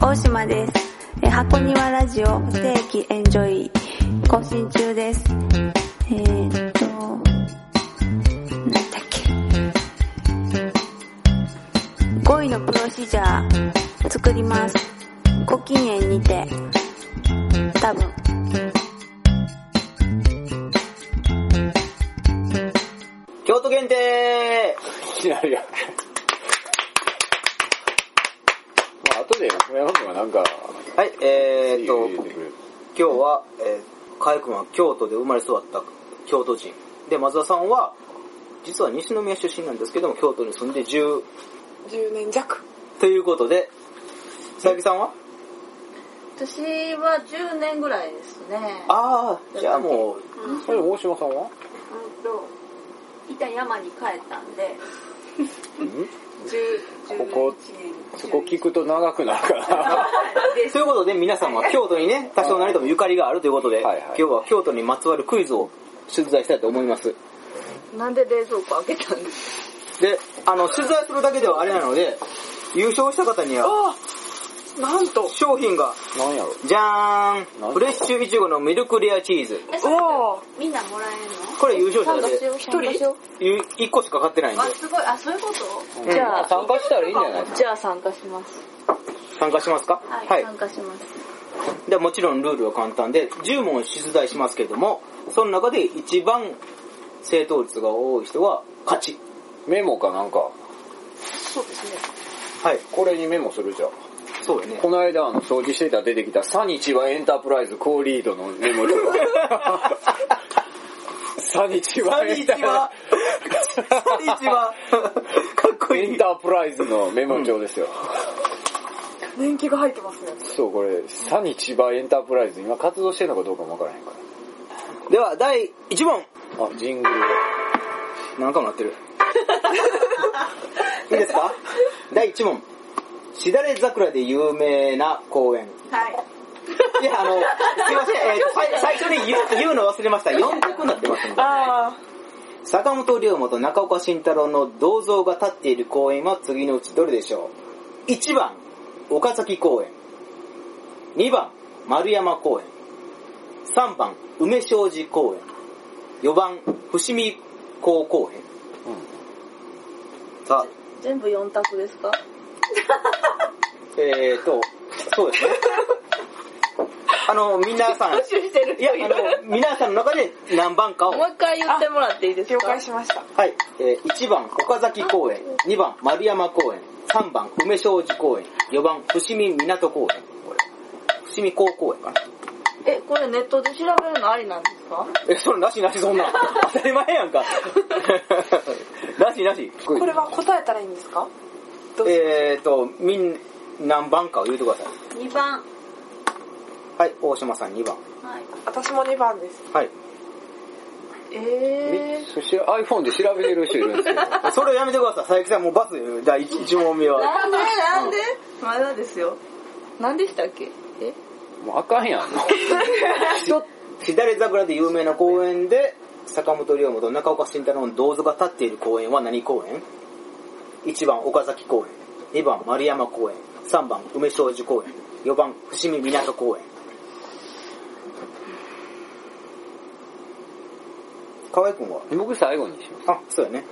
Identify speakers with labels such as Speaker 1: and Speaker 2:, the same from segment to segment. Speaker 1: 大島です。えー箱庭ラジオ不定期エンジョイ更新中です。えーっと、なんだっけ。5位のプロシジャー作ります。ご期限にて、多分。
Speaker 2: 京都限定
Speaker 3: いきなりやる。まあ、後で小山君がなんか、
Speaker 2: はい、えー、っと、
Speaker 3: 言って
Speaker 2: 今
Speaker 3: くれる
Speaker 2: 日は、えー、かえくんは京都で生まれ育った京都人。で、松田さんは、実は西宮出身なんですけども、京都に住んで10、
Speaker 4: 10年弱。
Speaker 2: ということで、佐伯さんは
Speaker 5: 私は10年ぐらいですね。
Speaker 2: ああ、じゃあもう、
Speaker 4: うん。うん
Speaker 3: それ大島さんは
Speaker 4: と、一旦山に帰ったんで、10、11
Speaker 3: ここ
Speaker 4: 年。
Speaker 3: そこ聞くと長 くなるから。
Speaker 2: ということで皆さんは京都にね、多少なりともゆかりがあるということで、
Speaker 3: はいはい
Speaker 2: 今日は京都にまつわるクイズを出題したいと思います。
Speaker 5: なんで冷蔵庫開けたんです
Speaker 2: で、あの、取材するだけではあれなので、優勝した方には
Speaker 4: あ
Speaker 2: なんと商品が、
Speaker 3: なんやろ。
Speaker 2: じゃー
Speaker 3: なんん
Speaker 2: フレッシュいちごのミルクレアチーズ。
Speaker 4: え、それ
Speaker 5: お
Speaker 4: みんなもらえるの
Speaker 2: これ優勝者で、
Speaker 5: 一人
Speaker 2: 1個しか買ってないんで
Speaker 4: あ、、すごい。あ、そういうこと
Speaker 3: うん
Speaker 5: じゃあ
Speaker 3: 参加したらいいんじゃない
Speaker 5: じゃあ参加します。
Speaker 2: 参加しますか
Speaker 4: はい、
Speaker 2: はい。
Speaker 4: 参加します。
Speaker 2: で、もちろんルールは簡単で、10問出題しますけども、その中で一番正答率が多い人は勝ち。
Speaker 3: メモかなんか、
Speaker 4: そうですね。
Speaker 2: はい。
Speaker 3: これにメモするじゃん。
Speaker 2: そうよね。
Speaker 3: この間、あの、掃除してたら出てきた、サニチはエンタープライズコーリードのメモリ ー。サニチは
Speaker 2: サ
Speaker 3: エ
Speaker 2: ニ
Speaker 3: ンタ
Speaker 2: チは、サニチは、かっこい
Speaker 3: エン
Speaker 2: い。
Speaker 3: タープライズのメモ帳ですよ。
Speaker 4: 年季が入ってますね。
Speaker 3: そう、これ、サニチバエンタープライズ、今活動してるのかどうかもわからへんか
Speaker 2: では、第1問。
Speaker 3: ら。あ、ジングル。
Speaker 2: なんかもらってる。 いいですか第1問。しだれ桜で有名な公園。
Speaker 4: はい。
Speaker 2: いや、あの、すいません、えー と最最初に言う言うの忘れま した。4択になってますんで。
Speaker 5: あ
Speaker 2: 坂本龍馬と中岡慎太郎の銅像が立っている公園は次のうちどれでしょう ?1 番、岡崎公園。2番、丸山公園。3番、梅小路公園。4番、伏見港公園。さあ、
Speaker 5: 全部4択です か
Speaker 2: えーと、そう ですね。あの、皆さん、
Speaker 5: 集してる
Speaker 2: いや、あの、皆さんの中で何番かを。
Speaker 5: もう一回言ってもらっていいですか
Speaker 4: 了解しました。
Speaker 2: はい、えー1番岡崎公園、2番丸山公園、3番梅小路公園、4番伏見港公園。これ伏見港公園かな。
Speaker 5: え、これネットで調べるのありなんですか
Speaker 2: え、それなしなしそん な。当たり前やんか。 なしなし。
Speaker 3: こ
Speaker 4: これは答えたらいいんですかどうぞ
Speaker 2: えーと、みん、何番かを言うてください。
Speaker 5: ?2 番。
Speaker 2: はい、大島さん2番。
Speaker 5: はい。
Speaker 4: 私も2番です。
Speaker 2: はい。
Speaker 5: え
Speaker 3: そして iPhone で調べてる人いるんですけど。
Speaker 2: それをやめてください。佐伯さんもうバス、第1、一問目
Speaker 5: ー。
Speaker 2: は。
Speaker 5: なんでなんでまだですよ。何でしたっけ え
Speaker 3: もうあかんやん。
Speaker 2: しだれ桜で有名な公園で、坂本龍馬と中岡慎太郎の銅像が立っている公園は何公園 ?1 番岡崎公園、2番丸山公園、3番梅小路公園、4番伏見港公園。河合くんは
Speaker 3: 僕最後にしま
Speaker 2: あ、そ
Speaker 3: す。
Speaker 2: うやね。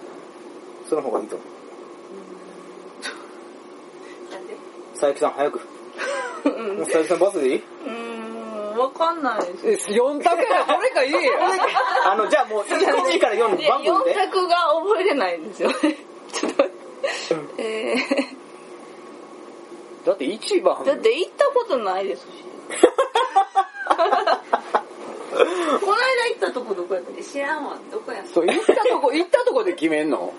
Speaker 2: その方がいいと思う。
Speaker 4: なんで
Speaker 2: 佐伯さん 早く。もう佐伯さんバスでいいう
Speaker 5: ーん、わかんないです。
Speaker 3: え、4択やこれかいい
Speaker 2: あの、じゃあもう1位から4
Speaker 5: で、
Speaker 2: の番号
Speaker 5: 4
Speaker 2: で。
Speaker 5: 択が覚えれないんですよね。 ちょっと待って。え
Speaker 3: だって1番
Speaker 5: ー、だって行ったことない ですし。この間行ったとこどこやったっけ
Speaker 4: 知らんわ。どこや
Speaker 3: そう、行ったとこ、行ったとこで決めんの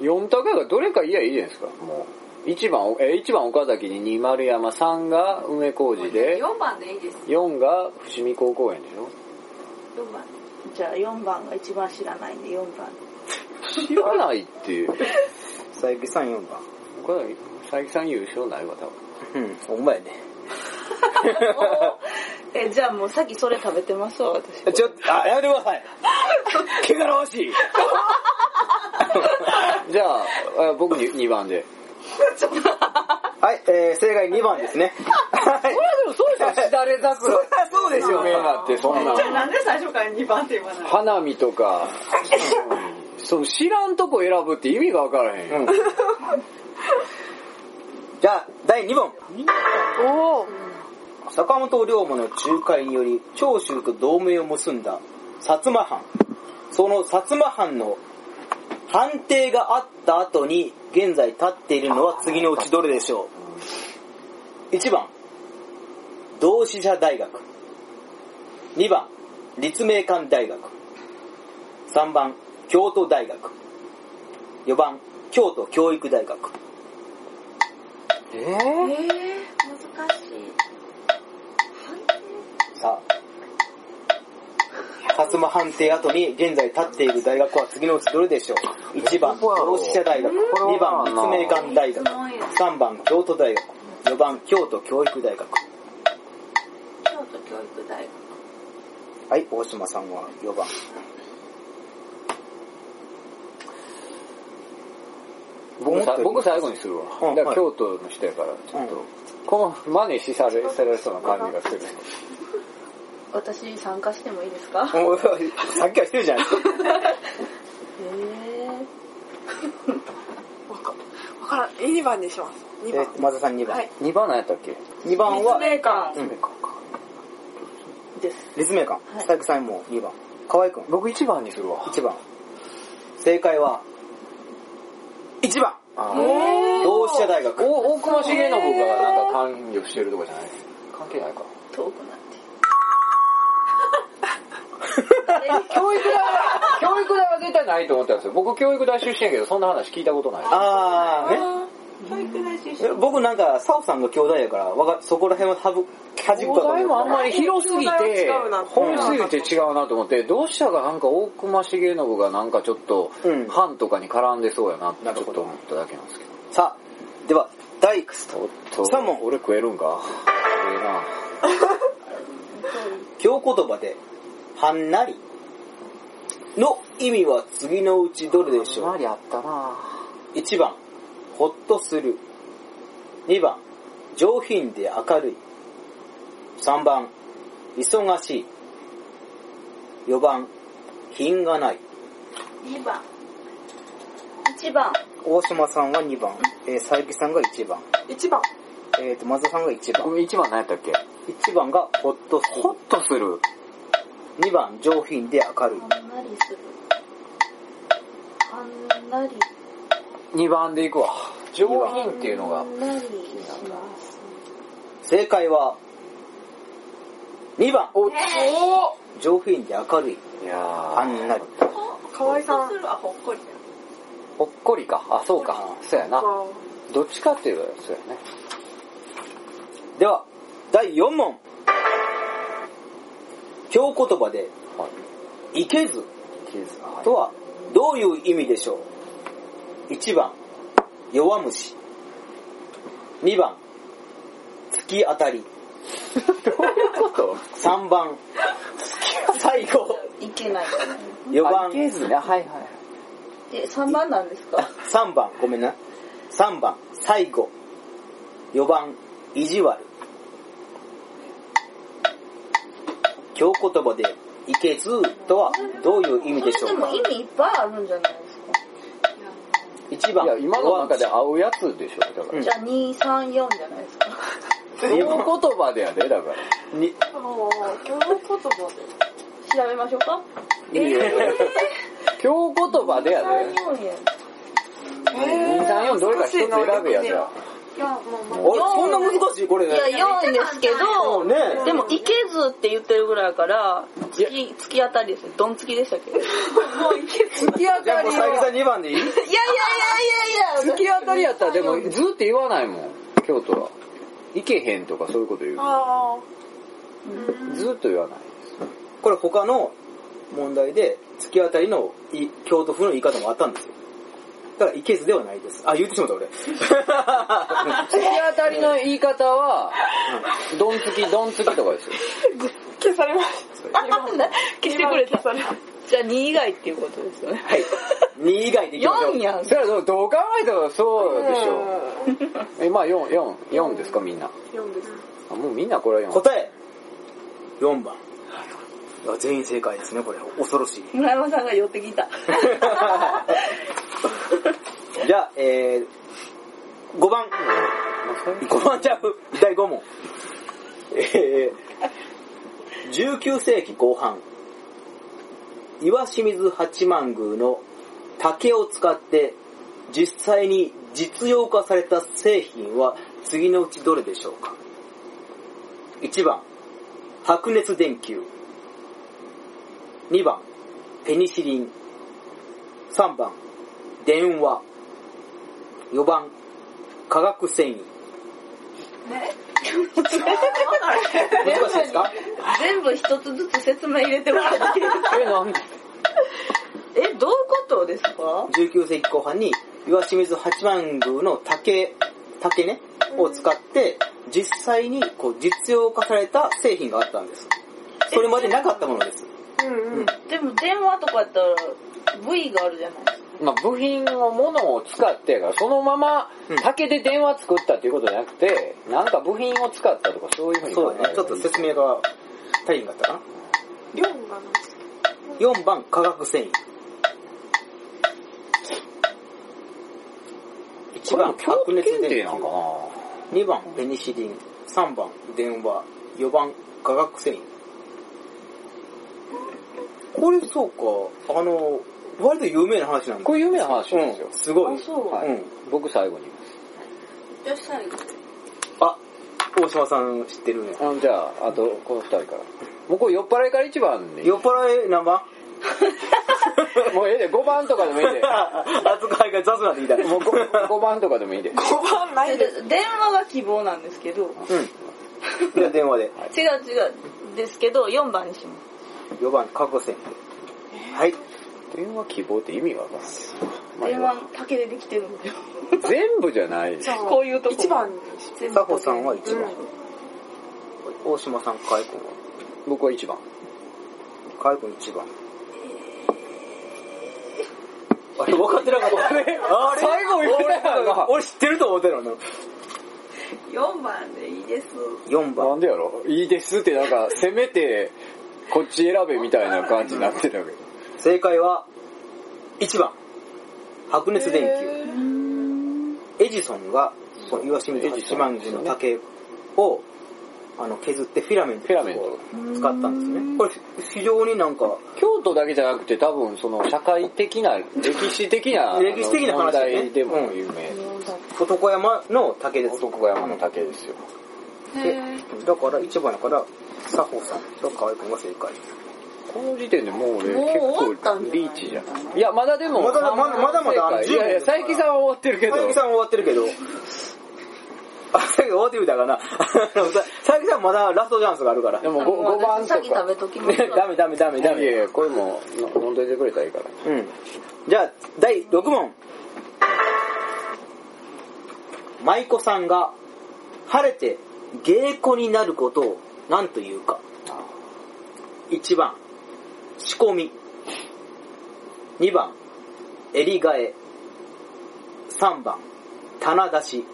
Speaker 3: ?4 択やからどれかいやいいじゃないですか、もう。1番、え、一番岡崎に2丸山、3が梅小路で、
Speaker 4: 4番でいいです。
Speaker 3: 4が伏見高公園でしょ
Speaker 4: 4番。
Speaker 5: じゃあ4番が一番知らないんで4番。
Speaker 3: 知らないっていう。
Speaker 2: 佐伯さん4番。
Speaker 3: 岡崎、佐伯さん優勝ないわ、多分。
Speaker 2: うん、ほんまやね。
Speaker 5: え、じゃあもうさっきそれ食べてますわ、 私。
Speaker 2: ちょっと、あ、やめてください。けがらわし い。
Speaker 3: じゃあ、あ僕に2番で。
Speaker 2: はい、えー、正解2番です ね。はい。
Speaker 3: でもそうじゃ ん、しだれ
Speaker 2: そり
Speaker 3: 桜。
Speaker 2: ゃそうでしょうね。
Speaker 3: だってそんな
Speaker 5: じゃあなんで最初から2番って言わないの
Speaker 3: 花見とか、 その知らんとこ選ぶって意味がわからへん。
Speaker 2: うん。じゃあ、第2問。
Speaker 6: おお
Speaker 2: 坂本龍馬の仲介により長州と同盟を結んだ薩摩藩その薩摩藩の判定があった後に現在立っているのは次のうちどれでしょう1番同志社大学2番立命館大学3番京都大学4番京都教育大学
Speaker 3: え
Speaker 4: 難しい。
Speaker 2: さあ、薩摩藩邸後に現在立っている大学は次のうちどれでしょう ?1 番、同志社大学。2番、立命館大学。3番、京都大学。4番、京都教育大学。
Speaker 4: 京都教育大学。
Speaker 2: はい、大島さんは4番。
Speaker 3: 僕さ僕最後にする
Speaker 2: うん
Speaker 3: わ。だか
Speaker 2: はい
Speaker 3: ら京都の人やから、ちょっ
Speaker 2: う
Speaker 3: と。この真似しされされそうな感じがする。
Speaker 5: 私参加してもいいです か
Speaker 2: もうさっきはしてる じゃないですか。
Speaker 5: へ ー
Speaker 6: わかわからん2番にします2番
Speaker 2: え松田さん2番。
Speaker 6: はい
Speaker 3: 2番なんやったっけ
Speaker 2: 2番は、
Speaker 6: メーカ
Speaker 2: うん、
Speaker 5: です
Speaker 2: 立命館。佐伯さんも2番。河合くん。
Speaker 3: 僕1番にするわ。
Speaker 2: 1番。正解は、1番
Speaker 3: あー
Speaker 6: ー
Speaker 2: 同志社大学。
Speaker 3: お大隈重信がなんか関与してるとかじゃない関係ないか。
Speaker 5: 遠くなって
Speaker 3: 教育大は、教育大は絶対ないと思ったんですよ。僕教育大出身やけど、そんな話聞いたことない。
Speaker 2: あー、ね。
Speaker 4: 教育大出身。
Speaker 2: え僕なんか、サオさんが兄弟やから、わかそこら辺ははぶ、はじく
Speaker 3: 教
Speaker 2: かと
Speaker 3: 大もあん
Speaker 2: 思っ
Speaker 3: まり広すぎて
Speaker 6: 違うな、
Speaker 3: 本すぎて違うなと思って、同志社がなんか大隈重信がなんかちょっと
Speaker 2: うん、
Speaker 3: 藩とかに絡んでそうやな
Speaker 2: なる
Speaker 3: っ
Speaker 2: ほ
Speaker 3: てちょっ
Speaker 2: ど
Speaker 3: と思っただけなんですけど。
Speaker 2: た。さあ、では、第、
Speaker 3: おっと、
Speaker 2: さも
Speaker 3: 俺食えるんかええな。
Speaker 2: 京言葉で、はんなりの意味は次のうちどれでしょ
Speaker 3: りあったな
Speaker 2: う ?1 番、ほっとする。2番、上品で明るい。3番、忙しい。4番、品がない。
Speaker 4: 2番。
Speaker 5: 1番
Speaker 2: 大島さんは2番、えー、佐伯さんが1番、
Speaker 6: 1番
Speaker 2: えーと、松田さんが1番。
Speaker 3: 1番何やったっけ
Speaker 2: 1番がホッとする
Speaker 3: ホッとする。
Speaker 2: 2番上品で明るい
Speaker 5: はんなりするはんなり
Speaker 3: 2番でいくわ。上品っていうのが
Speaker 5: は。んなりします
Speaker 2: 正解は2番
Speaker 3: おお
Speaker 2: 上品で明るい
Speaker 3: いやー
Speaker 2: あんなり
Speaker 6: 河合さん
Speaker 4: するはほっこりだ。
Speaker 3: ほっこりか。あ、そうか。そうやな。
Speaker 6: わ
Speaker 3: どっちかっていうと、そうやね。
Speaker 2: では第4問京言葉で
Speaker 3: はい。
Speaker 2: 「いけず
Speaker 3: チーズ」はい
Speaker 2: とはどういう意味でしょう1番弱虫2番突き当たり
Speaker 3: と
Speaker 2: 3番最後
Speaker 5: いけない
Speaker 2: 4番
Speaker 3: いけずね。はいはい。
Speaker 5: え3番なんですか
Speaker 2: 3番、ごめんな。3番、最後。4番、意地悪。京言葉で、いけずとはどういう意味でし
Speaker 5: そ
Speaker 2: ょ
Speaker 5: れで
Speaker 2: う
Speaker 5: も
Speaker 2: か
Speaker 5: 意味いっぱいあるんじゃないですか
Speaker 2: ?1
Speaker 3: いや、
Speaker 2: 番、
Speaker 3: 今の中で合うやつでしょ。だから。
Speaker 2: う
Speaker 3: うんん
Speaker 5: じゃあ234じゃないですか
Speaker 3: 言葉でやで、だから。
Speaker 2: に
Speaker 6: あ京都言葉で
Speaker 5: 調べましょうか
Speaker 3: いいよ。今日言葉でやで。
Speaker 5: 234円
Speaker 3: 234どれか一つ選べやじゃあ。
Speaker 4: いや、もう、もう。
Speaker 2: おいそんな難しいこれ。
Speaker 5: いや、4位ですけど、
Speaker 2: ねえ
Speaker 5: でも、いけずって言ってるぐらいやから、月、月当たりですね。どんつきでしたっけいやいや
Speaker 3: 突き当
Speaker 2: じゃ
Speaker 3: た
Speaker 2: あも
Speaker 3: り
Speaker 2: う、さゆ
Speaker 3: は
Speaker 2: さん2番でいい
Speaker 5: いやいや
Speaker 3: 突き当たりやったら、でも、ずって言わないもん。京都は。行けへんとかそういうこと言う。
Speaker 6: あ
Speaker 3: ずっと言わない。
Speaker 2: これ他の問題で、突き当たりのい京都風の言い方もあったんですよ。だから、いけずではないです。あ、言ってしまった俺。
Speaker 3: 突き当たりの言い方は、どんつき、どんつきとかですよ。
Speaker 6: 消されました
Speaker 5: あ、な消してくれた。
Speaker 6: 消されまし
Speaker 5: じゃあ2以外っていうことですよね。
Speaker 2: はい。2以外でいきましょう
Speaker 5: 4やん。
Speaker 3: それはどうどう考えたらそうでしょう。
Speaker 6: ょうん。
Speaker 3: え、まあ4、4、4ですかみんな。
Speaker 6: 4です。
Speaker 3: あもうみんなこれは4。
Speaker 2: 答え、4番。いや全員正解ですね、これ。恐ろし い。
Speaker 5: 村山さんが寄ってきた。
Speaker 2: じゃあ、えー、5番。5番ちゃう。第5問。えー、19世紀後半、岩清水八幡宮の竹を使って実際に実用化された製品は次のうちどれでしょうか ?1 番、白熱電球。2番、ペニシリン。3番、電話。4番、化学繊維。難しいです か
Speaker 5: 全部一つずつ説明入れてもらっていいですか
Speaker 3: え、なんで
Speaker 5: え、どういうことですか
Speaker 2: ?19 世紀後半に岩清水八幡宮の竹、竹ね、を使って実際にこう実用化された製品があったんです。それまでなかったものです。
Speaker 6: うんうん。
Speaker 5: でも電話とかやったら部位があるじゃないですか。
Speaker 3: まあ、部品のものを使ってやから、そのまま
Speaker 2: うん
Speaker 3: 竹で電話作ったっていうことじゃなくて、なんか部品を使ったとかそういうふうに
Speaker 2: そ
Speaker 3: 考
Speaker 2: うだ
Speaker 3: え
Speaker 2: ね。
Speaker 3: る
Speaker 2: ちょっと説明が足りんかったかな。
Speaker 6: 4がなんですか
Speaker 2: 4番、化学繊維。1番、
Speaker 3: これも
Speaker 2: 白熱
Speaker 3: 検定
Speaker 2: 電
Speaker 3: なん
Speaker 2: 球
Speaker 3: か。な
Speaker 2: 2番、ペニシリン。3番、電話。4番、化学繊維。これそうか、あの、割と有名な話なんだ。
Speaker 3: これ有名な話なんですよ
Speaker 2: うん、。すごい。
Speaker 5: そう
Speaker 3: はい
Speaker 2: うん。
Speaker 3: 僕最後に。
Speaker 4: じゃあ最後。
Speaker 2: あ、大島さん知ってるね。
Speaker 3: あのじゃあ、あとこの二人から。もうこれ酔っ払いから一番でいい
Speaker 2: 酔っ払い 生
Speaker 3: もうええで、5番とかでもいい で。
Speaker 2: 扱いが雑なんでいいだ
Speaker 3: も
Speaker 2: ろ。
Speaker 3: う 5, 番とかでもいいで。
Speaker 6: 5番ないです。
Speaker 5: で電話が希望なんですけど、違う
Speaker 2: うん。じゃあ電話で。
Speaker 5: 違うですけど、4番にしま
Speaker 2: 4番、化学繊維。はい。
Speaker 3: 電話希望って意味がわからないです。
Speaker 5: す。
Speaker 3: まあ
Speaker 5: 電話竹でできてるんですよ。
Speaker 3: 全部じゃないです。
Speaker 5: こういうとこ
Speaker 6: 1番に
Speaker 5: 全部
Speaker 2: 佐保さんは1番。大島さん、カイ君は
Speaker 3: 僕は一番。
Speaker 2: カイ君1番。あれ、分かってなかった。あれ
Speaker 3: 最後言ってたやんか
Speaker 2: 俺知ってると思ってるの。
Speaker 4: 4番でいいです。
Speaker 2: 4
Speaker 3: な
Speaker 2: 番。
Speaker 3: んでやろいいですってなんか、せめて、こっち選べみたいな感じになってたけど。
Speaker 2: 正解は、1番。白熱電球。エジソンが、この岩清水八幡宮の竹を、あの、削ってフィラメントを
Speaker 3: フィラメント
Speaker 2: 使ったんですね。これ、非常になんか、
Speaker 3: 京都だけじゃなくて多分その社会的な、歴史的な、
Speaker 2: 歴史的な話
Speaker 3: 問
Speaker 2: だね
Speaker 3: 題でも有名。
Speaker 2: 男山の竹です。
Speaker 3: 男山の竹ですよ。
Speaker 2: で、だから1番だから、佐保さんと河合くんが正解。
Speaker 3: この時点でもう俺
Speaker 5: もう
Speaker 3: 結
Speaker 5: 終わったん
Speaker 3: 構
Speaker 5: じゃない
Speaker 3: リーチじゃないいや、まだでも、
Speaker 2: まだまだまだまだあの
Speaker 3: 正解いやいや、
Speaker 2: 10
Speaker 3: 佐伯さんは終わってるけど。
Speaker 2: 佐伯さんは終わってるけど、あ、さっき終わってみたかな。 あのさ佐伯さんまだラストチャンスがあるから。
Speaker 3: でも 5,
Speaker 5: もう
Speaker 3: 番と
Speaker 5: 私
Speaker 3: か。
Speaker 5: 先食べときますわ
Speaker 2: ダメダメダメダ
Speaker 3: いやい
Speaker 2: メ。
Speaker 3: や、これも飲んどいてくれたらいいから。
Speaker 2: うん。じゃあ、第6問。舞妓さんが晴れて芸妓になることを何というか。1番、仕込み。2番、襟替え。3番、棚出し。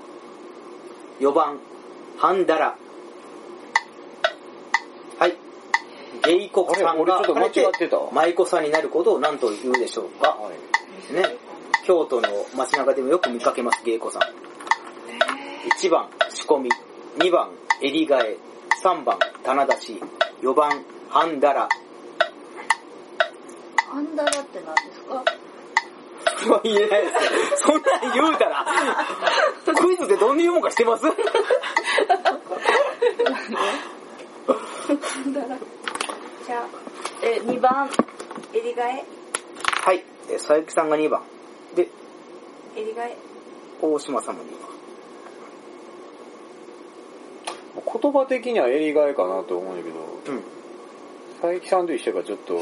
Speaker 2: 4番、半だら。はい。芸妓さ
Speaker 3: あれ
Speaker 2: ん
Speaker 3: 俺ちょ
Speaker 2: が
Speaker 3: っと間違
Speaker 2: 晴
Speaker 3: って
Speaker 2: れて
Speaker 3: たわ
Speaker 2: 舞妓さんになることを何と言うでしょうか。ね。京都の街中でもよく見かけます、芸妓さん。1番、仕込み。2番、襟替え。3番、棚出し。4番、半だら。
Speaker 4: ハンダラって何ですか
Speaker 2: それは言えないです。そんなん言うたら、クイズってどんないうもんかして ます
Speaker 4: じゃあ、
Speaker 5: え、2番。
Speaker 4: 襟替え、
Speaker 2: はい。え佐伯さんが2番。で、
Speaker 4: 襟替え。
Speaker 2: 大島さんも2番。
Speaker 3: 言葉的には襟替えかなと思うんだけど、
Speaker 2: うん。
Speaker 3: 佐伯さんと一緒がちょっとや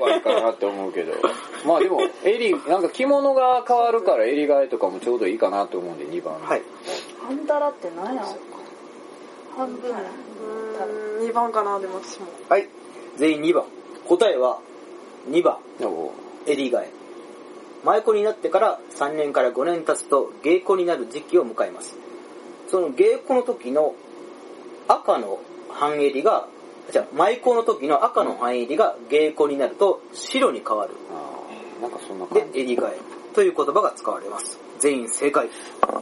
Speaker 3: ばいかなって思 うけど、まあでも、襟、なんか着物が変わるから襟替えとかもちょうどいいかなと思うんで、2番。
Speaker 2: はい。
Speaker 5: ハンダラって何や半分。
Speaker 6: うーん、2番かな、でも私も。
Speaker 2: はい。全員2番。答えは、 2番、
Speaker 3: お
Speaker 2: エリーガエ。舞妓になってから3年から5年経つと芸妓になる時期を迎えます。その芸妓の時の赤の半襟が、じゃあ舞妓の時の赤の半襟が芸妓になると白に変わる。
Speaker 3: あーなんかそんな
Speaker 2: で
Speaker 3: 感、じ。
Speaker 2: エリーガエという言葉が使われます。全員正解。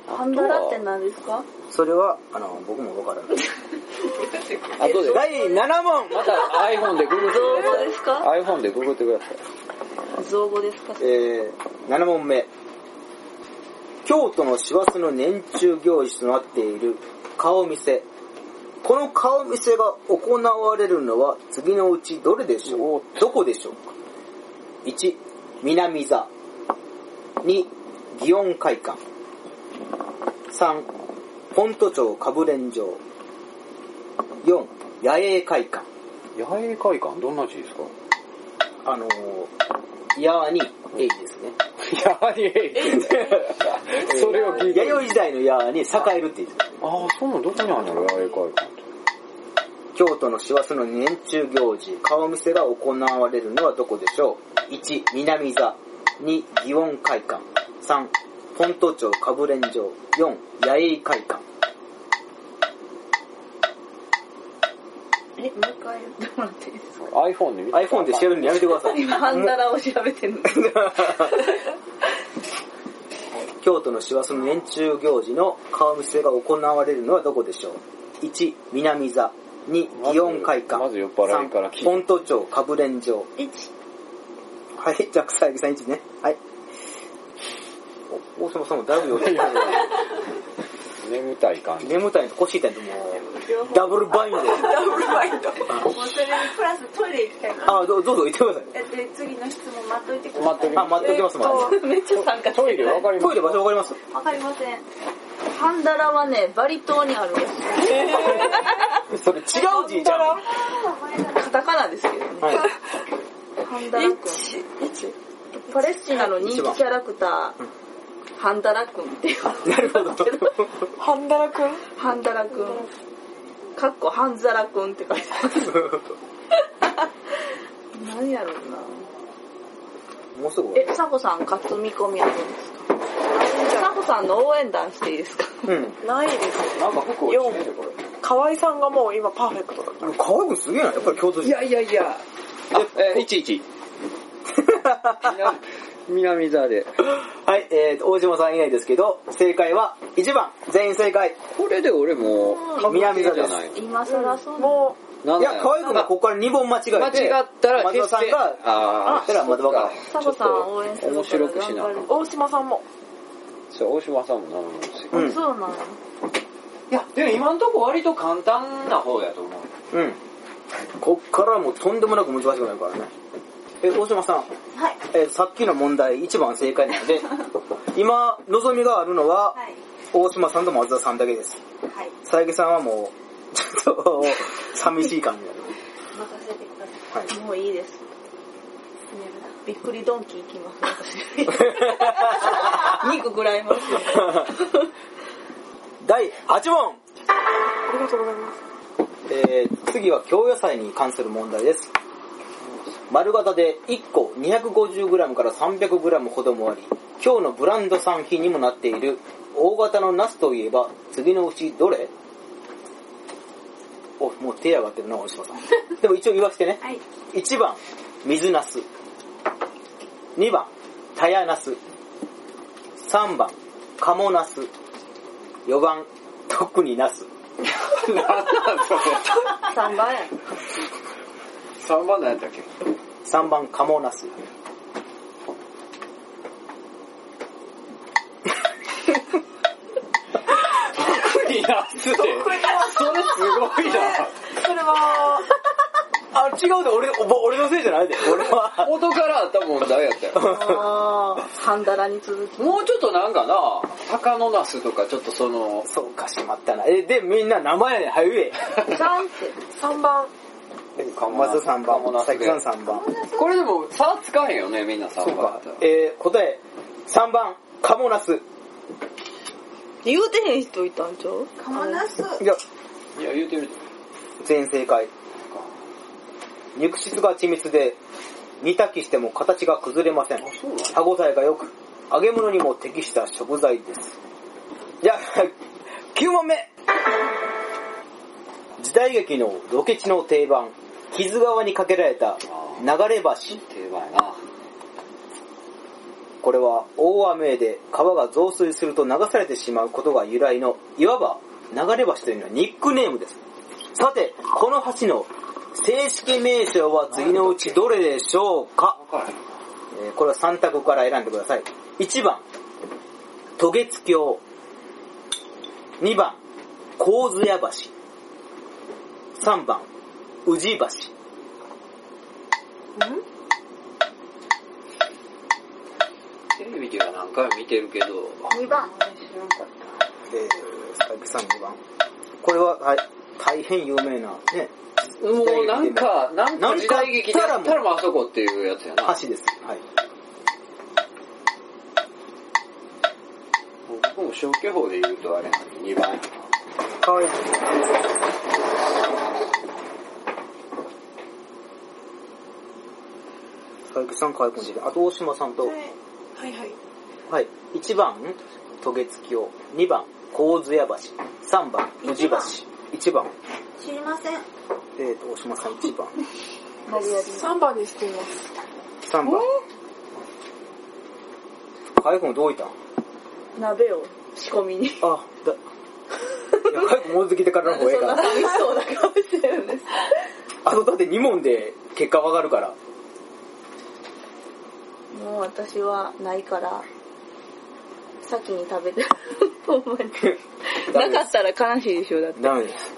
Speaker 5: ハンダラって何ですか
Speaker 2: それは、あの、僕もわからない。
Speaker 3: あとで、
Speaker 2: 第7問
Speaker 3: また iPhone でググって
Speaker 5: 造語
Speaker 3: く
Speaker 5: ですか
Speaker 3: ださい。iPhone でググってください。
Speaker 5: 造語ですか
Speaker 2: えー、7問目。京都の師走の年中行事となっている顔見せ。この顔見せが行われるのは次のうちどれでしょうどこでしょうか ?1、南座。2、祇園会館。3、本都町かぶれん城。4、野営会館。
Speaker 3: 野営会館どんな字で すか
Speaker 2: あのー、矢に、えいですね。
Speaker 3: やにそれを聞いて。
Speaker 2: 弥生時代の矢に栄えるって言ってた。
Speaker 3: ああ、そうなのどこにあるんだろう、野営会館って。
Speaker 2: 京都の師走の年中行事、顔見せが行われるのはどこでしょう ?1、南座。2、祇園会館。3、本都町かぶれん城。4、八重会館。
Speaker 5: え、もう一回やってもらっていいです
Speaker 3: iPhone で見て。
Speaker 2: iPhone で調べるのやめてください。
Speaker 5: 今、ハンダラを調べて るの。
Speaker 2: 京都の師走の年中行事の顔見せが行われるのはどこでしょう ?1、南座。2、祇園会館。
Speaker 3: まず酔っ払いから聞い
Speaker 2: 3
Speaker 3: て
Speaker 2: 本都町かぶれん城。
Speaker 5: 1、
Speaker 2: はい、じゃあ草薙さん1ね。はい。お大島さんもだいぶ酔ってたね。
Speaker 3: 眠たい感じ。
Speaker 2: 眠たいのと腰痛いのともう、ダブルバインド。
Speaker 4: もうそれにプラストイレ行きたいから。
Speaker 2: あ、どうどうぞ行ってくださ
Speaker 4: えで次の質問待っといてください。
Speaker 3: 待っとき
Speaker 2: い。あ、待っておきます、待って
Speaker 5: めっちゃ参加して
Speaker 3: トイ
Speaker 5: る
Speaker 3: レ。わかり
Speaker 2: ト
Speaker 3: ま
Speaker 2: イ
Speaker 3: す
Speaker 2: レ場所わかります
Speaker 4: わかりません。
Speaker 5: ハンダラはね、バリ島にあるらしい。
Speaker 2: それ違う字じゃん。は
Speaker 5: カタカナですけどね。
Speaker 2: い。
Speaker 5: ハンダラ君。パレスチナの人気キャラクター、ハンダラ君って 言われ
Speaker 2: な
Speaker 5: て
Speaker 2: るほ
Speaker 5: るんだけど、
Speaker 2: ど。
Speaker 6: ハンダラくん
Speaker 5: ハンダラ君。かっこハンザラ君って書いてある。何やろうな。
Speaker 2: もうすぐ終
Speaker 5: え、サホさん、勝つ見込みあるんですかサホさんの応援団していいですか
Speaker 2: わる。うん。
Speaker 6: ないです。
Speaker 3: なんか服を着てるこれ。
Speaker 6: 河合さんがもう今パーフェクトだか
Speaker 2: 河合くんすげえな、やっぱり京都人。
Speaker 3: いやいや。え、11。南沢で。
Speaker 2: はい、えーと、大島さん以外ですけど、正解は1番、全員正解。
Speaker 3: これで俺もう、
Speaker 2: 南座
Speaker 3: じ
Speaker 2: で
Speaker 3: ゃ
Speaker 2: す
Speaker 3: ない。
Speaker 5: 今更そう
Speaker 6: ら。も
Speaker 3: なん
Speaker 2: い
Speaker 3: だ
Speaker 2: や、河
Speaker 3: よ。
Speaker 2: 合くんがここから2本間違えて。
Speaker 3: 間違ったら
Speaker 2: 松
Speaker 3: 消
Speaker 2: 田
Speaker 3: して、
Speaker 2: さんが、
Speaker 3: あ
Speaker 2: あたらまだわかる
Speaker 5: サホさん応援する
Speaker 3: 面白くしな
Speaker 5: 頑張る
Speaker 6: う、大島さんも。
Speaker 3: そう、大島さんもなるんですよ。
Speaker 2: うん
Speaker 5: そうなんや
Speaker 3: いや、でも今んとこ割と簡単な方やと思う。
Speaker 2: う ん。こっからもうとんでもなく難しくなるからね。え、大島さん。
Speaker 4: はい。
Speaker 2: えーさっきの問題1番正解な ので、今、望みがあるのは、
Speaker 4: はい。
Speaker 2: 大島さんと松田さんだけです。
Speaker 4: はい。
Speaker 2: 佐伯さんはもう、ちょっと、寂しい感じだね。
Speaker 4: 任せてください。
Speaker 2: はい。
Speaker 5: もういいです。びっくりドンキ行きます、私。肉ぐらいます。
Speaker 2: 第8問
Speaker 6: ありがとうございます。
Speaker 2: えー次は京野菜に関する問題です。丸型で1個 250g から 300g ほどもあり、今日のブランド産品にもなっている大型のナスといえば次のうちどれお、もう手上がってるな、大島さん。 でも一応言わせてね。
Speaker 4: はい。
Speaker 2: 1番、水ナス。2番、タヤナス。3番、カモナス。4番、特にナス。
Speaker 5: 3番やん。
Speaker 3: 3番のやったっけ
Speaker 2: 3番カモナス
Speaker 3: いや、すで。それすごいな。
Speaker 6: それは、
Speaker 2: あ違うで俺お俺のせいじゃないで俺は
Speaker 3: 元からあった問題やったよ。
Speaker 5: あー、ハンダラに続き。
Speaker 3: もうちょっとなんかな、鷹のナスとかちょっとその、
Speaker 2: そうかしまったなえでみんな名前はゆえ
Speaker 5: ちゃんって。
Speaker 6: 3番。
Speaker 2: まず3番
Speaker 3: ナ
Speaker 2: 佐
Speaker 3: ス
Speaker 2: 木さん3番
Speaker 3: これでも差つかへんよね、みんな
Speaker 2: そう
Speaker 3: 3番や
Speaker 2: か
Speaker 3: ったら。
Speaker 2: えー、答え3番カモナス
Speaker 5: 言うてへん人いたんちゃう
Speaker 4: カモナス。
Speaker 2: いや
Speaker 3: いや、言うてる。
Speaker 2: 全員正解肉質が緻密で煮炊きしても形が崩れません。歯応えが良く、揚げ物にも適した食材です。じゃあ、9問目時代劇のロケ地の定番、木津川に架けられた流れ橋。
Speaker 3: 定番やな。
Speaker 2: これは大雨で川が増水すると流されてしまうことが由来の、いわば流れ橋というのはニックネームです。さて、この橋の正式名称は次のうちどれでしょうか
Speaker 3: わからへん。
Speaker 2: えーこれは3択から選んでください。1番、渡月橋。2番、神津屋橋。3番、宇治橋。
Speaker 3: テレビでは何回も見てるけど、
Speaker 5: 2番。
Speaker 2: えー、佐伯さん2番。これは、はい、大変有名な、ね、
Speaker 3: もうなんか、なん
Speaker 2: な
Speaker 3: か
Speaker 2: んか
Speaker 3: 時代劇でやったらもうあそこっていうやつやな。
Speaker 2: 橋です。はい。
Speaker 3: 僕も消去法で言うとあれやのに2番やな。
Speaker 2: かわいい。佐伯さんかわいくんで、あと大島さんと、
Speaker 6: はいはい。
Speaker 2: はい。1番、渡月橋。2番、神津屋橋。3番、宇治橋。1番。
Speaker 4: 知りません。
Speaker 2: えーと、大島さん1番。
Speaker 6: 3番にしています。
Speaker 2: 3番。かいくんどういたん
Speaker 5: 鍋を仕込みに。
Speaker 2: あ、だ、いや、かいくんもうずきてからの方がええ
Speaker 5: そん
Speaker 2: か
Speaker 5: な
Speaker 2: ら。
Speaker 5: 寂しそうな顔してるんです。
Speaker 2: あとだって2問で結果わかるから。
Speaker 5: もう私はないから、先に食 べてると思います。
Speaker 2: ダメ
Speaker 5: な
Speaker 2: で
Speaker 5: か
Speaker 2: す
Speaker 5: ったら悲しいでしょ、だって。
Speaker 2: ダメです。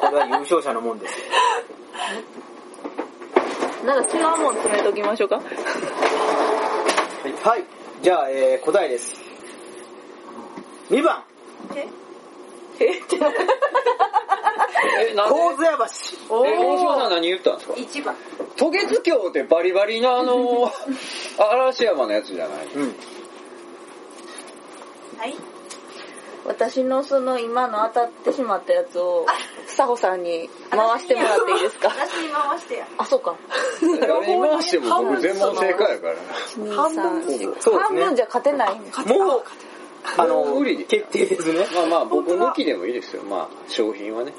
Speaker 2: これは優勝者のもんです。
Speaker 5: なんか違うもん詰めときましょうか。
Speaker 2: はい。じゃあ、えー、答えです。2番、
Speaker 5: えちょっと
Speaker 3: え、なんで
Speaker 2: 神津屋橋。
Speaker 3: え、大島さん何言ったんですか
Speaker 4: 1番。
Speaker 3: 渡月橋ってバリバリなあ の、嵐山のやつじゃない
Speaker 2: うん。
Speaker 4: はい。
Speaker 5: 私のその今の当たってしまったやつを、サホさんに回してもらっていいです か
Speaker 4: 私に回してや。
Speaker 5: あ、そうか。
Speaker 3: 誰に回しても僕全問正解やからね。
Speaker 5: 半分
Speaker 2: そうですね
Speaker 5: 半分じゃ勝てないんです。
Speaker 2: もう、あの
Speaker 3: 無理、
Speaker 2: 決定ですね。
Speaker 3: まあまあ僕抜きでもいいですよ。まあ商品はね。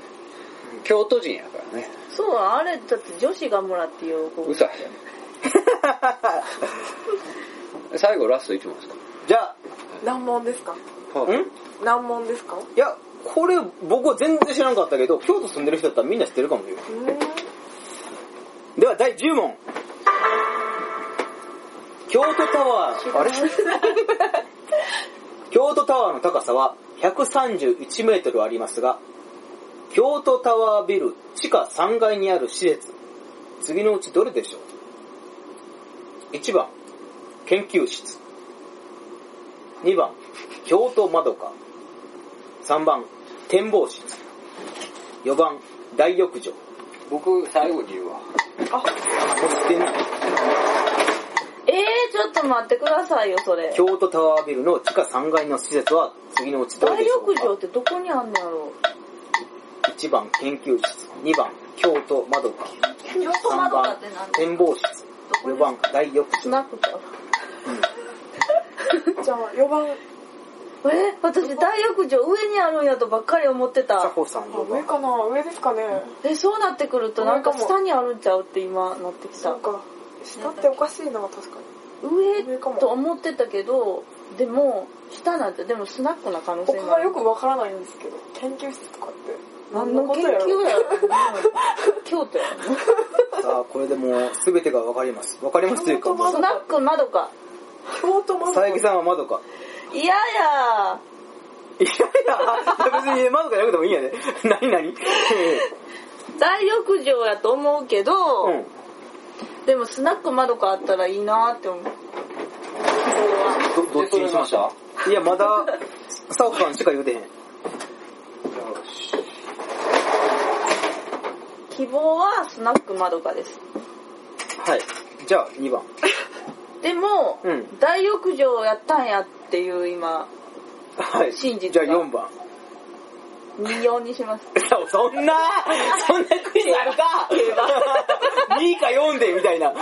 Speaker 3: 京都人やからね。
Speaker 5: そう、あれ、だって女子がもらって喜ぶ
Speaker 3: う。さい。最後ラストいきますか。
Speaker 2: じゃあ、
Speaker 6: 何問ですか
Speaker 2: ん
Speaker 3: はい
Speaker 6: 難問ですか
Speaker 2: いや、これ僕は全然知らんかったけど、京都住んでる人だったらみんな知ってるかもしれない。
Speaker 6: うーん。
Speaker 2: では第10問。京都タワー、あれ京都タワーの高さは131メートルありますが、京都タワービル地下3階にある施設、次のうちどれでしょう ?1 番、研究室。2番、京都窓か。3番、展望室。4番、大浴場。も
Speaker 3: 僕最後に言うわ。
Speaker 2: う知ってんな
Speaker 5: えー、ちょっと待ってくださいよ、それ。
Speaker 2: 京都タワービルの地下3階の施設は次のうちどれ
Speaker 5: 大
Speaker 2: でしょ
Speaker 5: 浴
Speaker 2: うか
Speaker 5: 場ってどこにあんのやろ
Speaker 2: 1番研究室2番京都窓か
Speaker 4: 京都
Speaker 2: 3
Speaker 4: 窓だ
Speaker 2: 番
Speaker 4: ってなんで
Speaker 2: 展望室4番大浴
Speaker 5: うス
Speaker 2: 場
Speaker 5: ナックか。
Speaker 6: じゃあ、4番。
Speaker 5: え私、大浴場上にあるんやとばっかり思って
Speaker 2: 佐
Speaker 5: た。
Speaker 2: 保さん
Speaker 6: あ
Speaker 2: 4
Speaker 6: 上
Speaker 2: 番
Speaker 6: かな上ですかね。
Speaker 5: え、そうなってくるとなんか下にあるんちゃうって今なってきた
Speaker 6: なん。か、下っておかしいな、確かに。
Speaker 5: 上
Speaker 6: 上か
Speaker 5: と
Speaker 6: も。
Speaker 5: 思ってたけど、でも、下なんて、でもスナックな可能性
Speaker 6: 僕
Speaker 5: もあ
Speaker 6: が
Speaker 5: る
Speaker 6: よ。くわからないんですけど、研究室とかって。
Speaker 5: 何の研究
Speaker 6: ろ
Speaker 5: やろ京都やろ
Speaker 2: さあこれでもう全てが分かります分かりますというかもう
Speaker 5: スナック窓か。
Speaker 6: 京都ま
Speaker 2: 佐伯さんは窓か
Speaker 5: いやや
Speaker 2: いやいや別に窓かなくてもいいんやね何何
Speaker 5: 大浴場やと思うけど、
Speaker 2: うん
Speaker 5: でもスナック窓かあったらいいなって思う。
Speaker 2: どどっちにしましたいやまだ佐保さんしか言うてへん
Speaker 5: 希望はスナック窓かです。
Speaker 2: はいじゃあ2番
Speaker 5: でも、
Speaker 2: うん
Speaker 5: 大浴場やったんやっていう今、
Speaker 2: はい
Speaker 5: 信じて
Speaker 2: じゃ
Speaker 5: た
Speaker 2: あ4番
Speaker 5: 24にします。
Speaker 2: そうそんな、そんなクイズあるか !2 か4で、みたいな。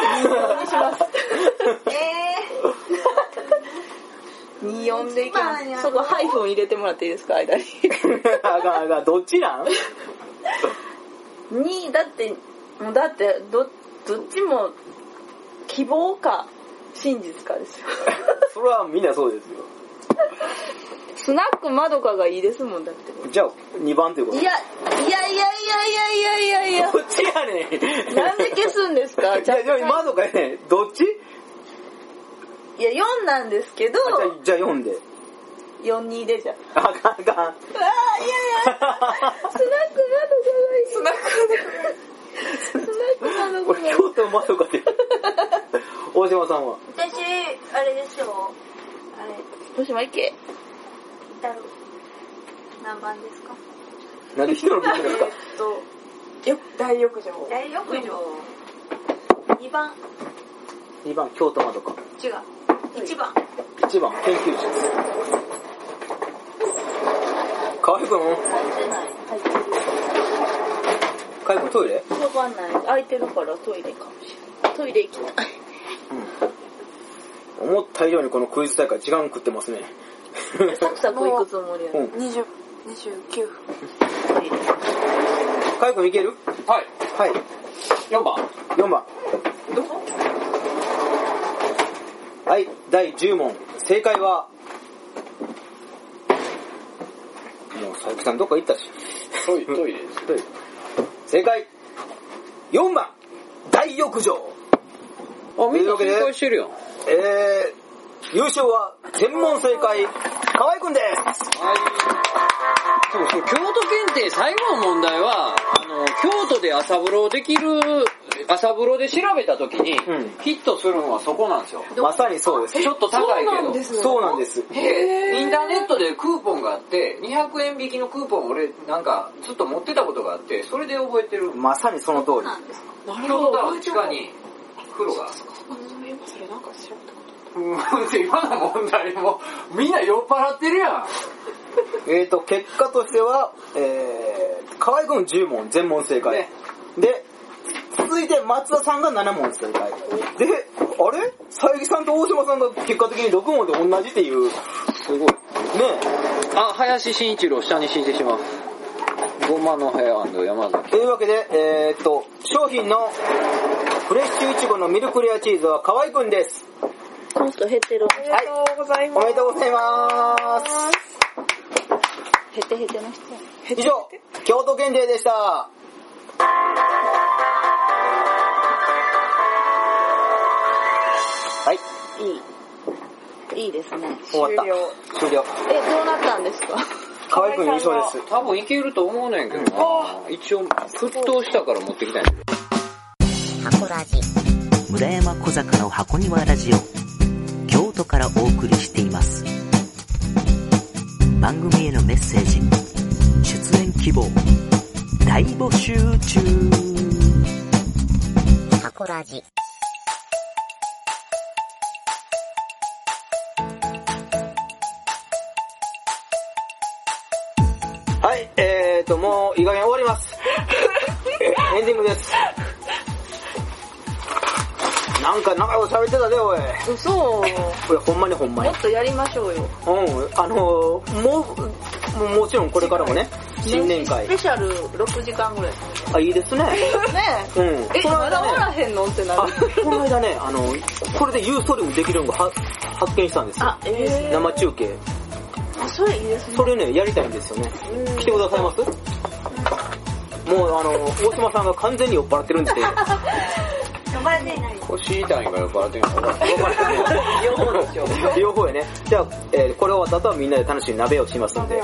Speaker 5: 24でいきま
Speaker 6: まあ
Speaker 5: す。そこハイフン入れてもらっていいですか、 間に。
Speaker 2: あがあが、どっちなん
Speaker 5: 2だってもうだってどどっちも希望か真実かですよ
Speaker 2: それはみんなそうですよ。
Speaker 5: スナックまどかがいいですもんだって
Speaker 2: じゃあ、2番ということ
Speaker 5: いやいやいやいやいやいやいや
Speaker 2: どっちやねん。
Speaker 5: いや なんで消すんですか
Speaker 2: じゃあ、じゃあ、今のかやねん。どっち
Speaker 5: いや4なんですけど
Speaker 2: あじゃあ、じゃあ4で。
Speaker 5: 42でじゃ
Speaker 2: あかんあ かん。
Speaker 5: あーいやいや スナックまどかがいいスナックまどか
Speaker 2: 俺、
Speaker 5: がいい
Speaker 2: 京都まどかで。大島さんは。
Speaker 4: 私、あれですよ。あれ、
Speaker 5: どうしまいけ
Speaker 4: だろう。何番ですか
Speaker 2: なんで一人の分ですか
Speaker 6: えっと、よ大浴場。
Speaker 4: 大浴場。2番、
Speaker 2: ?2 番、京都まどか。
Speaker 4: 違う。1番。
Speaker 2: 1番、研究者です。河合くん、
Speaker 5: 入ってない入ってる
Speaker 2: 河合くんトイレ
Speaker 5: わかんない。空いてるからトイレかもしれない。トイレ行きたい。
Speaker 2: うん。思った以上にこのクイズ大会時間食ってますね。
Speaker 5: サクサク行くつもりや
Speaker 2: う
Speaker 5: ね
Speaker 2: ん。
Speaker 6: 20、29分。
Speaker 5: トイレ。
Speaker 2: 河合くんいける
Speaker 3: はい。
Speaker 2: はい。
Speaker 3: 4番。
Speaker 2: 4番。
Speaker 6: どこ
Speaker 2: はい、第10問。正解は、もう佐伯さんどっか行ったし。
Speaker 3: トイトイレです。
Speaker 2: 正解、4番、大浴場。
Speaker 3: あ、みん
Speaker 2: という
Speaker 3: な
Speaker 2: わけで
Speaker 3: 正解してるやん。
Speaker 2: えー、優勝は、全問正解、河合くんです。
Speaker 3: そうそう、京都検定最後の問題は、あの、京都で朝風呂できる、朝風呂で調べた時に、
Speaker 2: うん
Speaker 3: ヒットするのはそこなんですよ。
Speaker 2: まさにそうです。
Speaker 3: ちょっと高いけど。
Speaker 6: そうなんですね
Speaker 2: そうなんです。
Speaker 3: インターネットでクーポンがあって、200円引きのクーポン俺なんかずっと持ってたことがあって、それで覚えてる。
Speaker 2: まさにその通り。
Speaker 4: んですか
Speaker 6: なる
Speaker 3: 京
Speaker 6: ほ
Speaker 3: 都
Speaker 6: ど。
Speaker 3: の地下に風呂が。
Speaker 6: そういえばそれなんかしようと思っ
Speaker 3: うん、今の問題もみんな酔っ払ってるやん。
Speaker 2: えーと、結果としては、えー、河合くん10問、全問正解
Speaker 3: ね。
Speaker 2: で、続いて松田さんが7問正解。で、あれ佐伯さんと大島さんが結果的に6問で同じっていう。すごい。ね
Speaker 3: あ、林慎一郎下に敷いてしまう。ごまの部屋山崎。
Speaker 2: というわけで、えーと、商品のフレッシュイチゴのミルクレアチーズは河合くんです。
Speaker 5: この人減ってる。
Speaker 6: て。ありがとうござい
Speaker 2: お
Speaker 6: ます。
Speaker 2: めでとうございます。
Speaker 5: 減って減っての人。
Speaker 2: 以上、京都検定でした。はい、
Speaker 5: いい。いいですね。
Speaker 2: 終わった。
Speaker 6: 終了
Speaker 2: 終了。
Speaker 5: え、どうなったんですか
Speaker 2: 河合くん優勝です。
Speaker 3: 多分いけると思うねんけどな。一応、沸騰したから持ってきたんやけど。
Speaker 7: 村山小坂の箱庭ラジオ京都からお送りしています番組へのメッセージ出演希望大募集中箱ラジ
Speaker 2: はい、えーと、もういい加減終わり ます。エンディングです。なんか長いこと喋ってたで、おい。
Speaker 5: 嘘。も
Speaker 2: これほんまにほんまに。
Speaker 5: っとやりましょうよ。
Speaker 2: うん、あのー、もう、ももちろんこれからもね、新年会
Speaker 5: ス。ペシャル6時間ぐらいです
Speaker 2: あ、いいですね。
Speaker 5: ね。ね
Speaker 2: うん。
Speaker 5: え。え、
Speaker 2: この
Speaker 5: まだ
Speaker 2: 間
Speaker 5: 終わ
Speaker 2: ね、
Speaker 5: らへんのってな
Speaker 2: あ
Speaker 5: る。、
Speaker 2: この間ね、あの、これでユーストリームできるのをは発見したんですよ。
Speaker 5: あ、え
Speaker 2: 生中継。
Speaker 5: ー、あ、それいいですね。
Speaker 2: それね、やりたいんですよね。来てくださいますもうあの、大島さんが完全に酔っ払ってるんで。
Speaker 4: 呼ばれていない。
Speaker 3: これ知りたいんか酔っ払ってんのか。
Speaker 5: 両方でしょ。
Speaker 2: 両方やね。じゃあ、えーこれ終わった後はみんなで楽しい鍋をしますんで、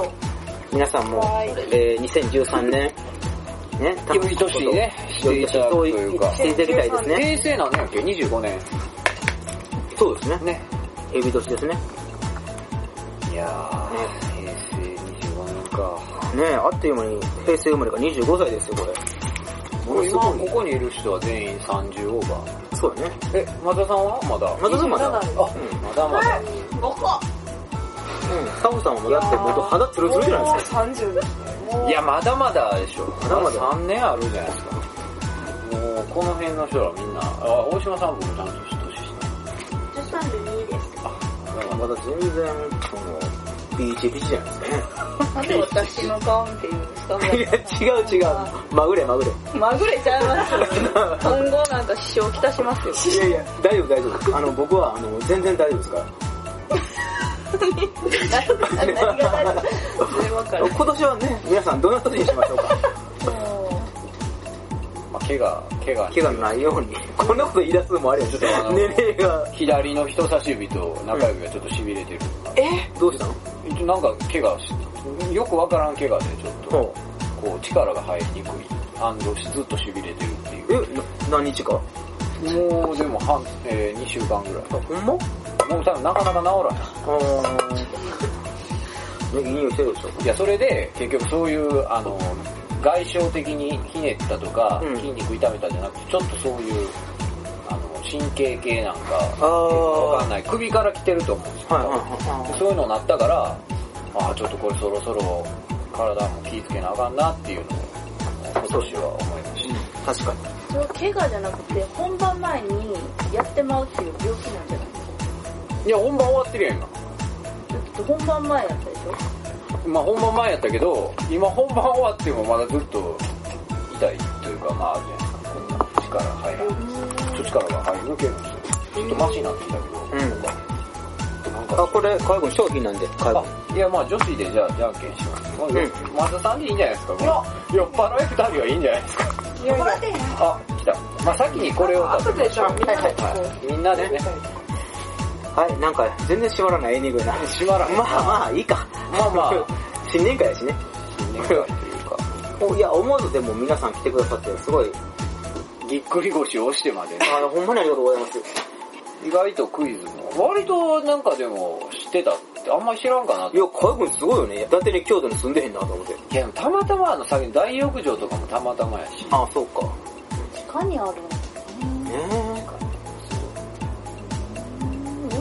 Speaker 2: 皆さんも、えー2013年、ね、
Speaker 3: 良い年にね
Speaker 2: 良い年にそういしていただきたいですね。
Speaker 3: 平成なんだっけ ?25 年。
Speaker 2: そうですね。
Speaker 3: ね。
Speaker 2: エビ年ですね。ね
Speaker 3: いやー、平成25年か。
Speaker 2: え、あっという間に平成生まれが25歳ですよ、これ。
Speaker 3: 俺今ここにいる人は全員30オーバー。
Speaker 2: そうだね。
Speaker 3: え、松田さんはまだ
Speaker 2: まだまだ。
Speaker 3: まだまだ。
Speaker 2: うん
Speaker 3: まだまだ。
Speaker 5: 5個。
Speaker 2: えサボさんもだって元肌ツルツルじゃないですか。
Speaker 6: もう30ですね。もう
Speaker 3: いや、まだまだでしょ。
Speaker 2: まだまだ
Speaker 3: 3年あるんじゃないですか。もう、この辺の人らみんな、あ、大島さんもちゃんと年下。
Speaker 4: 13で2です。
Speaker 2: まだ全然、その、ピーチピチじゃないですかね。
Speaker 5: なんで私の顔見て言うんです か
Speaker 2: いや、違 う違う。まぐれまぐれ。
Speaker 5: まぐれちゃいますよ。 今後なんか支障きたしますよ。
Speaker 2: いやいや、大丈夫大丈夫。あの、僕は、あの、全然大丈夫ですから。
Speaker 5: 何が大丈夫全然わかる。
Speaker 2: 今年はね、皆さんどんな年にしましょうか。
Speaker 3: まあ、怪我、怪我。
Speaker 2: 怪我のないように。こんなこと言い出すのもあれやちょっと
Speaker 3: とあの
Speaker 2: 年齢が。
Speaker 3: 左の人差し指と中指がちょっと痺れてる。
Speaker 2: どうしたの
Speaker 3: 一応なんか怪我し、よくわからん怪我でちょっと、
Speaker 2: ほ
Speaker 3: こう力が入りにくい。あの、ずっと痺れてるっていう
Speaker 2: え、な何日か
Speaker 3: もうでも半、えー、2週間ぐらい。
Speaker 2: あ、ほんま
Speaker 3: もう多分なかなか治らな
Speaker 2: あー。いい匂いしてるでしょ。
Speaker 3: い。いや、それで結局そういう、あの、外傷的にひねったとか、
Speaker 2: うん
Speaker 3: 筋肉痛めたじゃなくて、ちょっとそういう、あの、神経系なんか、
Speaker 2: あー
Speaker 3: わかんない。首から来てると思うんですけど、
Speaker 2: はいはいはい。
Speaker 3: そういうのになったから、ああ、ちょっとこれそろそろ体も気ぃつけなあかんなっていうのを、今年は思いまし
Speaker 2: 確かに。
Speaker 5: それは怪我じゃなくて、本番前にやってまうっていう病気なんじゃないです
Speaker 3: た。いや、本番終わってるやん、今。
Speaker 5: か。だって本番前やったでしょ
Speaker 3: まあ本番前やったけど、今本番終わってもまだずっと痛いというか、まああるじゃないですか。こんな力入らない。ちょっと力が入り抜けるんですよ。ちょっとマシになってきたけど。
Speaker 2: うん
Speaker 3: なん
Speaker 2: あ、
Speaker 3: か、
Speaker 2: これ、介護商品なんで、介護。
Speaker 3: あ、いやまあ女子でじゃあじゃんけんします。まあ
Speaker 2: ん
Speaker 3: 松田さんでいいんじゃないですか。これ酔っ払い二人はいいんじゃないですか。
Speaker 6: もらって
Speaker 3: あ、来た。まあ先にこれを食べ
Speaker 6: 後
Speaker 3: ま
Speaker 6: で
Speaker 3: し
Speaker 6: じ
Speaker 3: ょう
Speaker 6: ゃあみんなで聞こう。
Speaker 3: はい。
Speaker 2: は
Speaker 3: みんなでね、
Speaker 2: い、なんか、全然縛らないエンディングやな。
Speaker 3: しばらく。
Speaker 2: まあまあ、いいか。
Speaker 3: まあまあ。
Speaker 2: 新年会やしね。
Speaker 3: 新年会というか、
Speaker 2: おいや、思わずでも皆さん来てくださって、すごい。
Speaker 3: ぎっくり腰を押してまでね。
Speaker 2: あの、ほんまにありがとうございます。
Speaker 3: 意外とクイズも。割となんかでも知ってたって、あんまり知らんかなって
Speaker 2: いや、海軍すごいよね。伊達に京都に住んでへんなと思って。
Speaker 3: いや、たまたまあの、先に大浴場とかもたまたまやし。
Speaker 2: あ、そうか。
Speaker 5: 地下にあるんです
Speaker 2: ね
Speaker 5: ね。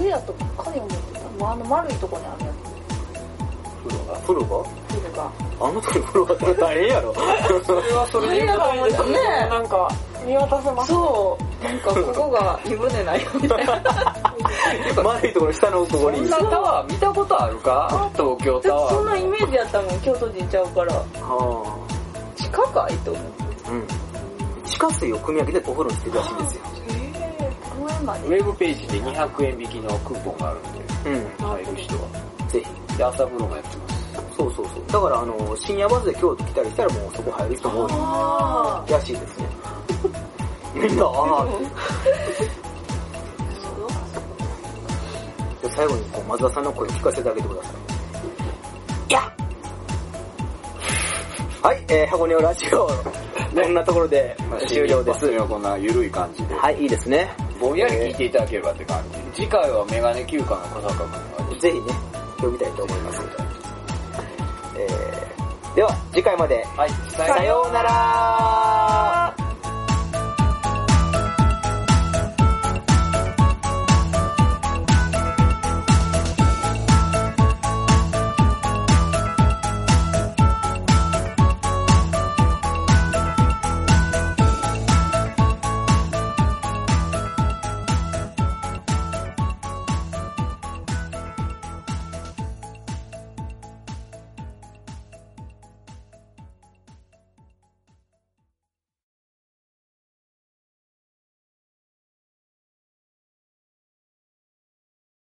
Speaker 5: 上やとばっかり思ってた。もうあの丸いとこにあるや
Speaker 3: 風呂が。
Speaker 2: え。プロが
Speaker 5: つ。ビルが。
Speaker 2: あの時プロがって大変やろ。
Speaker 3: それはそれで。
Speaker 6: やばいですね
Speaker 5: ね。
Speaker 6: なんか、見渡せます。
Speaker 5: そう。なんかここが湯船ないよみたいな。
Speaker 2: 丸いところ下のここ
Speaker 3: こ
Speaker 2: に
Speaker 3: ん。なタワー見たことあるか東京タワー。
Speaker 5: そんなイメージやったもん、京都人ちゃうから。
Speaker 2: は
Speaker 5: 地下かいと思う。
Speaker 2: あ。うん。地下水を汲み上げてお風呂にしてるらしいんですよ。
Speaker 5: 公園まで
Speaker 3: ウ。ェブページで200円引きのクーポンがあるんで、
Speaker 2: うん。
Speaker 3: 入る人は。
Speaker 2: ぜひ。
Speaker 3: で、朝風呂もやってます。
Speaker 2: そうそうそう。だから、あの、深夜バスで京都来たりしたらもうそこ入る人も多い。
Speaker 5: あ
Speaker 2: らしいですね。みんな、ああ。最後にこう、松田さんの声聞かせてあげてください。いやはい、えー、箱根をラジオ、こんなところで終了です。
Speaker 3: はこんな緩い感じで。
Speaker 2: はい、いいですね。
Speaker 3: ぼんやり聞いていただければって感じ。次回はメガネ休暇の小坂君が。
Speaker 2: ぜひね、読みたいと思います。えー、では、次回まで。
Speaker 3: はい、さようなら
Speaker 2: さようなら